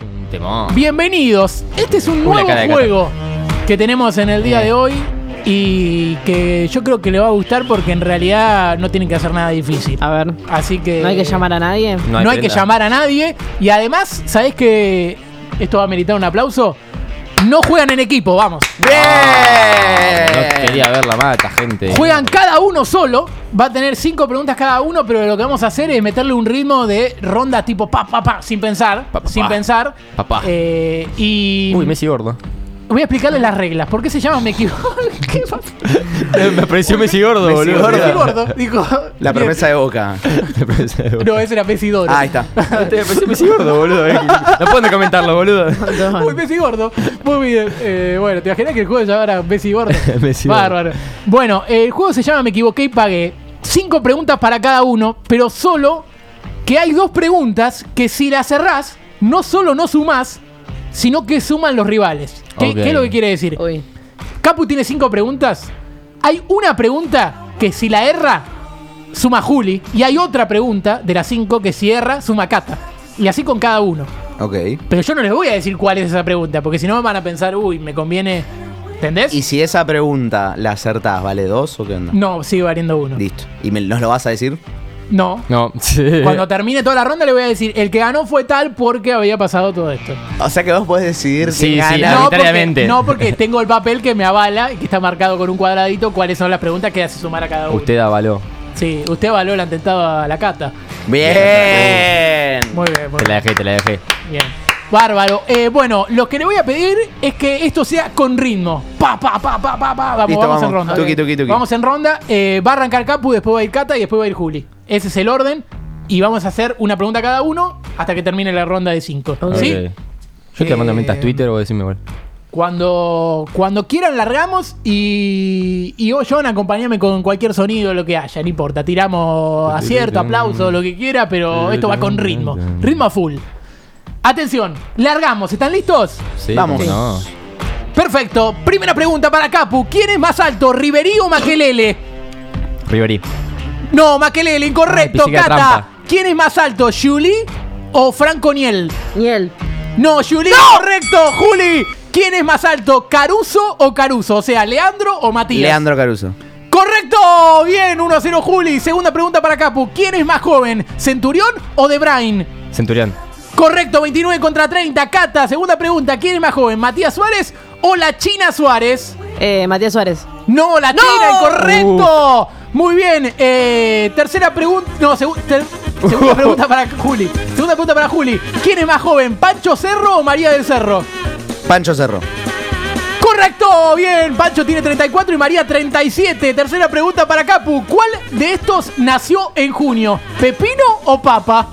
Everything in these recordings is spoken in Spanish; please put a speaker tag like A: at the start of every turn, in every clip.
A: Un temón.
B: Bienvenidos. Este es un
A: Una
B: nuevo
A: cara de
B: juego que tenemos en el día de hoy y que yo creo que le va a gustar porque en realidad no tienen que hacer nada difícil.
C: A ver,
B: Así que
C: ¿no hay que llamar a nadie?
B: no hay, que
A: prenda.
B: llamar a nadie y además, ¿sabés que esto va a meritar un aplauso? No juegan en equipo, vamos.
A: Ah, No
D: ¡Bien!
A: quería ver la mata, gente.
B: Juegan cada uno solo, va a tener cinco preguntas cada uno, pero lo que vamos a hacer es meterle un ritmo de ronda tipo pa pa pa, sin pensar,
A: Pa, pa,
B: sin
A: pa.
B: pensar.
A: Pa, pa.
B: Eh, y
A: Uy, Messi gordo.
B: Voy a explicarles las reglas. ¿Por qué se llama Me equivoco? ¿Qué pasa?
A: Me apareció Messi gordo,
D: Messi
A: boludo.
D: gordo.
B: Messi gordo. Dijo.
D: La
B: Bien.
D: promesa de Boca.
B: No, ese era Messi Doro.
D: Ah, ahí está.
A: Me apareció Messi gordo, boludo. No pueden comentarlo, boludo.
B: Uy, Messi gordo. Muy bien. Eh, bueno, ¿te imaginas que el juego se llamara Messi gordo?
A: Messi gordo.
B: Bárbaro. Bueno, el juego se llama Me equivoqué y pagué. Cinco preguntas para cada uno, pero solo que hay dos preguntas que si las cerrás, no solo no sumás, sino que suman los rivales. ¿Qué,
A: Ok.
B: qué es lo que quiere decir?
C: Uy.
B: Capu tiene cinco preguntas. Hay una pregunta que si la erra, suma Juli. Y hay otra pregunta de las cinco que si erra, suma Cata. Y así con cada uno.
D: Ok.
B: Pero yo no les voy a decir cuál es esa pregunta, porque si no van a pensar, uy, me conviene. ¿Entendés?
D: Y si esa pregunta la acertás, ¿vale dos o qué onda?
B: No, sigue valiendo uno.
D: Listo. ¿Y me- nos lo vas a decir?
B: No.
A: No, sí.
B: Cuando termine toda la ronda le voy a decir, el que ganó fue tal porque había pasado todo esto.
D: O sea que vos podés decidir
A: Sí,
D: quién
A: sí,
D: gana.
B: No porque,
A: arbitrariamente.
B: no, porque tengo el papel que me avala y que está marcado con un cuadradito cuáles son las preguntas que hace sumar a cada uno.
A: Usted avaló.
B: Sí, usted avaló el atentado a la cata.
D: Bien.
B: Muy bien, muy
A: Te la
B: bien.
A: dejé, te la dejé.
B: Bien. Bárbaro. Eh, bueno, lo que le voy a pedir es que esto sea con ritmo. Pa, pa, pa, pa, pa, pa. Vamos,
D: Listo,
B: vamos, en
D: vamos.
B: ronda.
D: Tuki, tuki, tuki.
B: Vamos en ronda. Eh, va a arrancar Capu, después va a ir Cata y después va a ir Juli. Ese es el orden. Y vamos a hacer una pregunta cada uno hasta que termine la ronda de cinco. ¿Sí?
A: Ok. Yo te mando
B: Eh,
A: mentas Twitter o decime, igual.
B: Cuando, cuando quieran largamos y, y vos, John, acompañame con cualquier sonido, lo que haya, no importa. Tiramos acierto, aplauso, lo que quiera, pero esto va con ritmo. Ritmo a full. Atención, largamos, ¿están listos?
A: Sí,
D: Vamos.
A: ¿cómo no?
B: Perfecto, primera pregunta para Capu. ¿Quién es más alto, Riverí o Maquelele?
A: Riverí.
B: No, Maquelele, incorrecto,
A: Ay, pensé que era
B: Cata.
A: trampa.
B: ¿Quién es más alto, Julie o Franco Niel?
C: Miel.
B: No, Juli, correcto, Juli. ¿Quién es más alto, Caruso o Caruso? O sea, Leandro o Matías.
D: Leandro Caruso.
B: Correcto, bien, 1-0 Juli. Segunda pregunta para Capu. ¿Quién es más joven, Centurión o De Bruyne?
A: Centurión.
B: Correcto, 29 contra 30. Cata, segunda pregunta. ¿Quién es más joven, Matías Suárez o la China Suárez?
C: Eh, Matías Suárez.
B: No, la China, incorrecto. Muy bien, eh, tercera pregunta. No, segu- ter- segunda pregunta para Juli. Segunda pregunta para Juli. ¿Quién es más joven, Pancho Cerro o María del Cerro?
D: Pancho Cerro.
B: Correcto, bien. Pancho tiene 34 y María 37. Tercera pregunta para Capu. ¿Cuál de estos nació en junio? ¿Pepino o papa?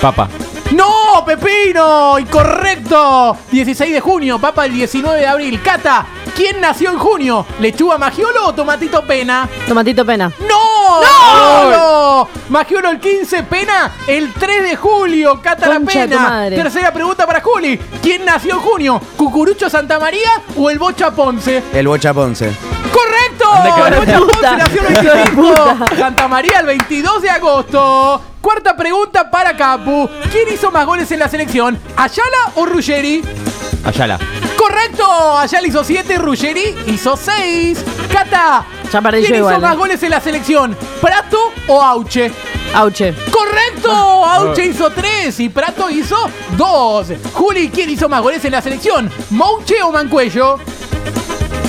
A: Papa.
B: No, Pepino, incorrecto. 16 de junio, papa el 19 de abril. Cata, ¿quién nació en junio? ¿Lechuga Magiolo o Tomatito Pena?
C: Tomatito Pena.
B: ¡No!
C: ¡No!
B: ¡No! Magiolo el 15, pena el 3 de julio. Cata la
C: Concha de tu
B: pena.
C: madre.
B: Tercera pregunta para Juli. ¿Quién nació en junio? ¿Cucurucho Santa María o el Bocha Ponce?
D: El Bocha Ponce.
B: ¡Correcto!
C: cagó la
B: Bocha
C: puta.
B: Ponce nació el
C: Hijo de
B: 25.
C: puta.
B: Santa María el 22 de agosto. Cuarta pregunta para Capu. ¿Quién hizo más goles en la selección? ¿Ayala o Ruggeri?
A: Ayala.
B: ¡Correcto! Ayala hizo 7, Ruggeri hizo 6. Cata,
C: Ya perdí
B: ¿quién
C: yo
B: hizo
C: igual,
B: más
C: eh.
B: goles en la selección? ¿Prato o Auche?
C: Auche.
B: ¡Correcto! Auche hizo 3 y Prato hizo 2. Juli, ¿quién hizo más goles en la selección? ¿Mouche o Mancuello?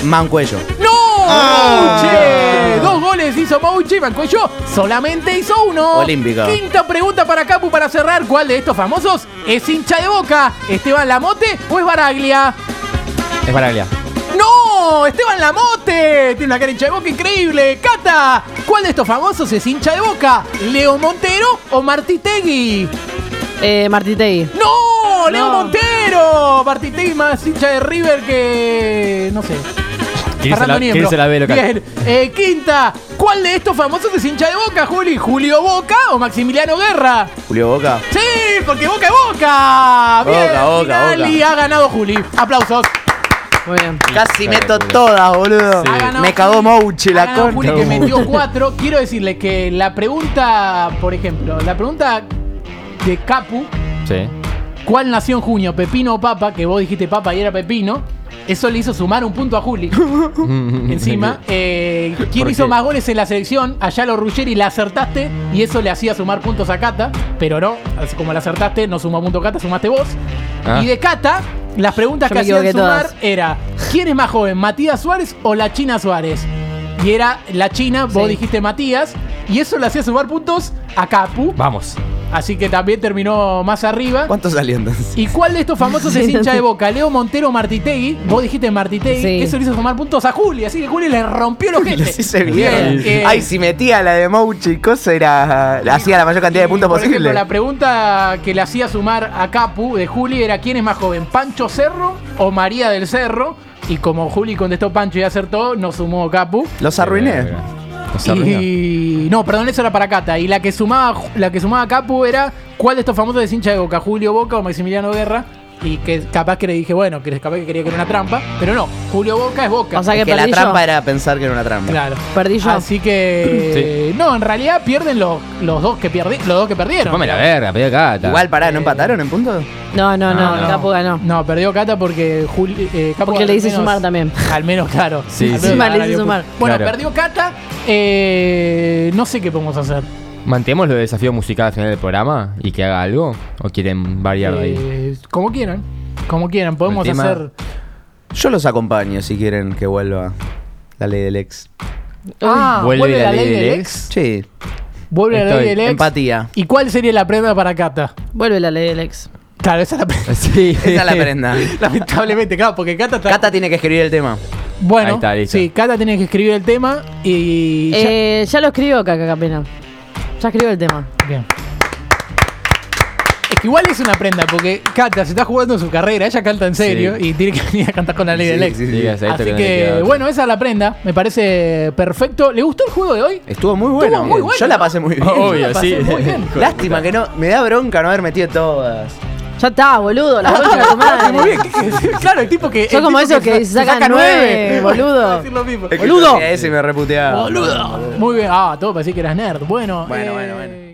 D: Mancuello.
B: ¡No! Mouche. Dos goles hizo Mouche y Mancuello solamente hizo uno.
D: Olímpico.
B: Quinta pregunta para Capu para cerrar. ¿Cuál de estos famosos es hincha de boca? ¿Esteban Lamote o es Baraglia?
A: Es Baraglia.
B: ¡No! ¡Esteban Lamote! Tiene una cara hincha de boca increíble. ¡Cata! ¿Cuál de estos famosos es hincha de boca? ¿Leo Montero o Martí Tegui?
C: Eh, Martitegui.
B: ¡No! ¡Leo
C: No.
B: Montero! Martí Tegui más hincha de River que. no sé. Fernando Niembro.
A: ¿Quién se la ve local?
B: Bien. Eh, quinta, ¿cuál de estos famosos es hincha de boca, Juli? ¿Julio Boca o Maximiliano Guerra?
D: Julio Boca.
B: Sí, porque Boca es Boca. Bien,
D: Boca, Boca,
B: Tinelli, ha ganado Juli. Aplausos.
C: Muy bien.
D: Casi
A: Claro,
D: meto
A: boludo.
D: todas, boludo.
A: Sí.
B: Ha ganado
D: Me cagó
B: Juli.
D: Mouche
B: Ha
D: la
B: ganado Juli
D: concha.
B: que metió cuatro. Quiero decirle que la pregunta, por ejemplo, la pregunta de Capu
A: Sí.
B: ¿Cuál nació en junio? ¿Pepino o papa? Que vos dijiste papa y era pepino. Eso le hizo sumar un punto a Juli. Encima, eh, ¿quién
A: ¿Por
B: hizo
A: qué?
B: más goles en la selección? Allá lo Ruggeri la acertaste y eso le hacía sumar puntos a Cata, pero no, así como la acertaste, no sumó punto Cata, sumaste vos.
A: Ah.
B: Y de Cata, las preguntas
C: Yo
B: que
C: me
B: hacían
C: equivoqué
B: sumar
C: todas.
B: era ¿quién es más joven, Matías Suárez o la China Suárez? Y era la China, vos
C: Sí.
B: dijiste Matías, y eso le hacía sumar puntos a Capu,
A: Vamos.
B: así que también terminó más arriba.
D: ¿Cuánto salió entonces?
B: ¿Y cuál de estos famosos es hincha de boca? Leo Montero o Martitegui. Vos dijiste Martitegui.
C: Sí.
B: Eso le hizo sumar puntos a Juli. Así que Juli le rompió los eh,
D: Los
B: jefes.
D: hice bien.
A: Sí.
D: Ay, si metía la de Mouchi y cosa, era. Hacía la mayor cantidad de puntos
B: por ejemplo,
D: posible.
B: la pregunta que le hacía sumar a Capu de Juli era: ¿quién es más joven, Pancho Cerro o María del Cerro? Y como Juli contestó Pancho y acertó, no sumó Capu.
D: Los
A: Eh,
D: arruiné.
A: Los arruiné.
B: Y no, perdón, eso era para Cata. Y la que sumaba la que sumaba Capu era cuál de estos famosos es hincha de Boca, Julio Boca o Maximiliano Guerra. Y que capaz que le dije, bueno, que capaz que quería que era una trampa, pero no, Julio Boca es Boca.
C: O sea
D: Es
C: que
D: que la
C: perdí yo.
D: trampa era pensar que era una trampa.
B: claro.
C: Perdí yo.
B: Así que no, en realidad pierden los, los dos que pierdi- los dos que perdieron.
A: Come la verga, pedí acá. ta.
D: Igual, pará, ¿no empataron en puntos?
C: No, no, no,
A: No,
C: el
A: no.
C: Capu ganó.
B: No, perdió Cata porque Juli, eh, Capu
C: Porque
B: al
C: le hice
B: menos-
C: sumar también.
B: Al menos, claro.
A: Sí,
B: Al
A: sí.
B: menos
C: Sumar, le
B: ganaron
C: hice
B: un
C: sumar.
B: punto. Bueno,
A: Claro.
B: perdió Cata. eh, no sé qué podemos hacer.
A: ¿Mantenemos lo de desafío musical al final del programa y que haga algo? ¿O quieren variar de ahí?
B: Eh, como quieran. Como quieran. Podemos
A: El tema-
B: hacer.
D: Yo los acompaño si quieren que vuelva la ley del ex.
B: Ah,
A: ¿Vuelve la ley del ex?
D: Sí,
B: Vuelve la ley
A: Estoy-
B: del ex.
D: empatía.
B: ¿Y cuál sería la prenda para Cata?
C: Vuelve la ley del ex.
B: Claro, Eh, esa es la prenda.
A: Sí.
D: Esa es la prenda.
B: Lamentablemente, claro, porque Cata está.
D: Cata tiene que escribir el tema.
B: bueno,
A: Ahí está, listo.
B: sí, Cata tiene que escribir el tema y. ya-
C: Eh, ya lo escribió Caca Capena. Ya escribió el tema.
B: Bien. Es que igual es una prenda, porque Cata se está jugando su carrera, ella canta en serio
A: Sí.
B: y tiene que venir a cantar con la ley
D: Sí,
B: del ex.
D: sí, sí.
A: Digas esto
B: Así
A: no le
B: que,
A: queda.
B: bueno, esa es la prenda, me parece perfecto. ¿Le gustó el juego de hoy?
D: Estuvo muy
B: Estuvo
D: bueno.
B: muy bueno,
D: Yo la
B: ¿no?
D: pasé muy bien.
A: Obvio,
B: Yo la pasé
A: sí.
B: muy bien.
D: Lástima que no. Me da bronca no haber metido todas.
C: Ya está, boludo. La concha de tu madre.
B: Muy bien. claro, el tipo que.
C: Son
B: el
C: como
B: tipo
C: esos que
B: sa-
C: sacan nueve, boludo.
B: Va a decir lo mismo.
D: Es que
C: Boludo.
D: Ese me reputeaba.
B: Boludo. Muy bien. Ah, todo parecía que eras nerd. Bueno.
D: Bueno,
B: eh,
D: bueno, bueno.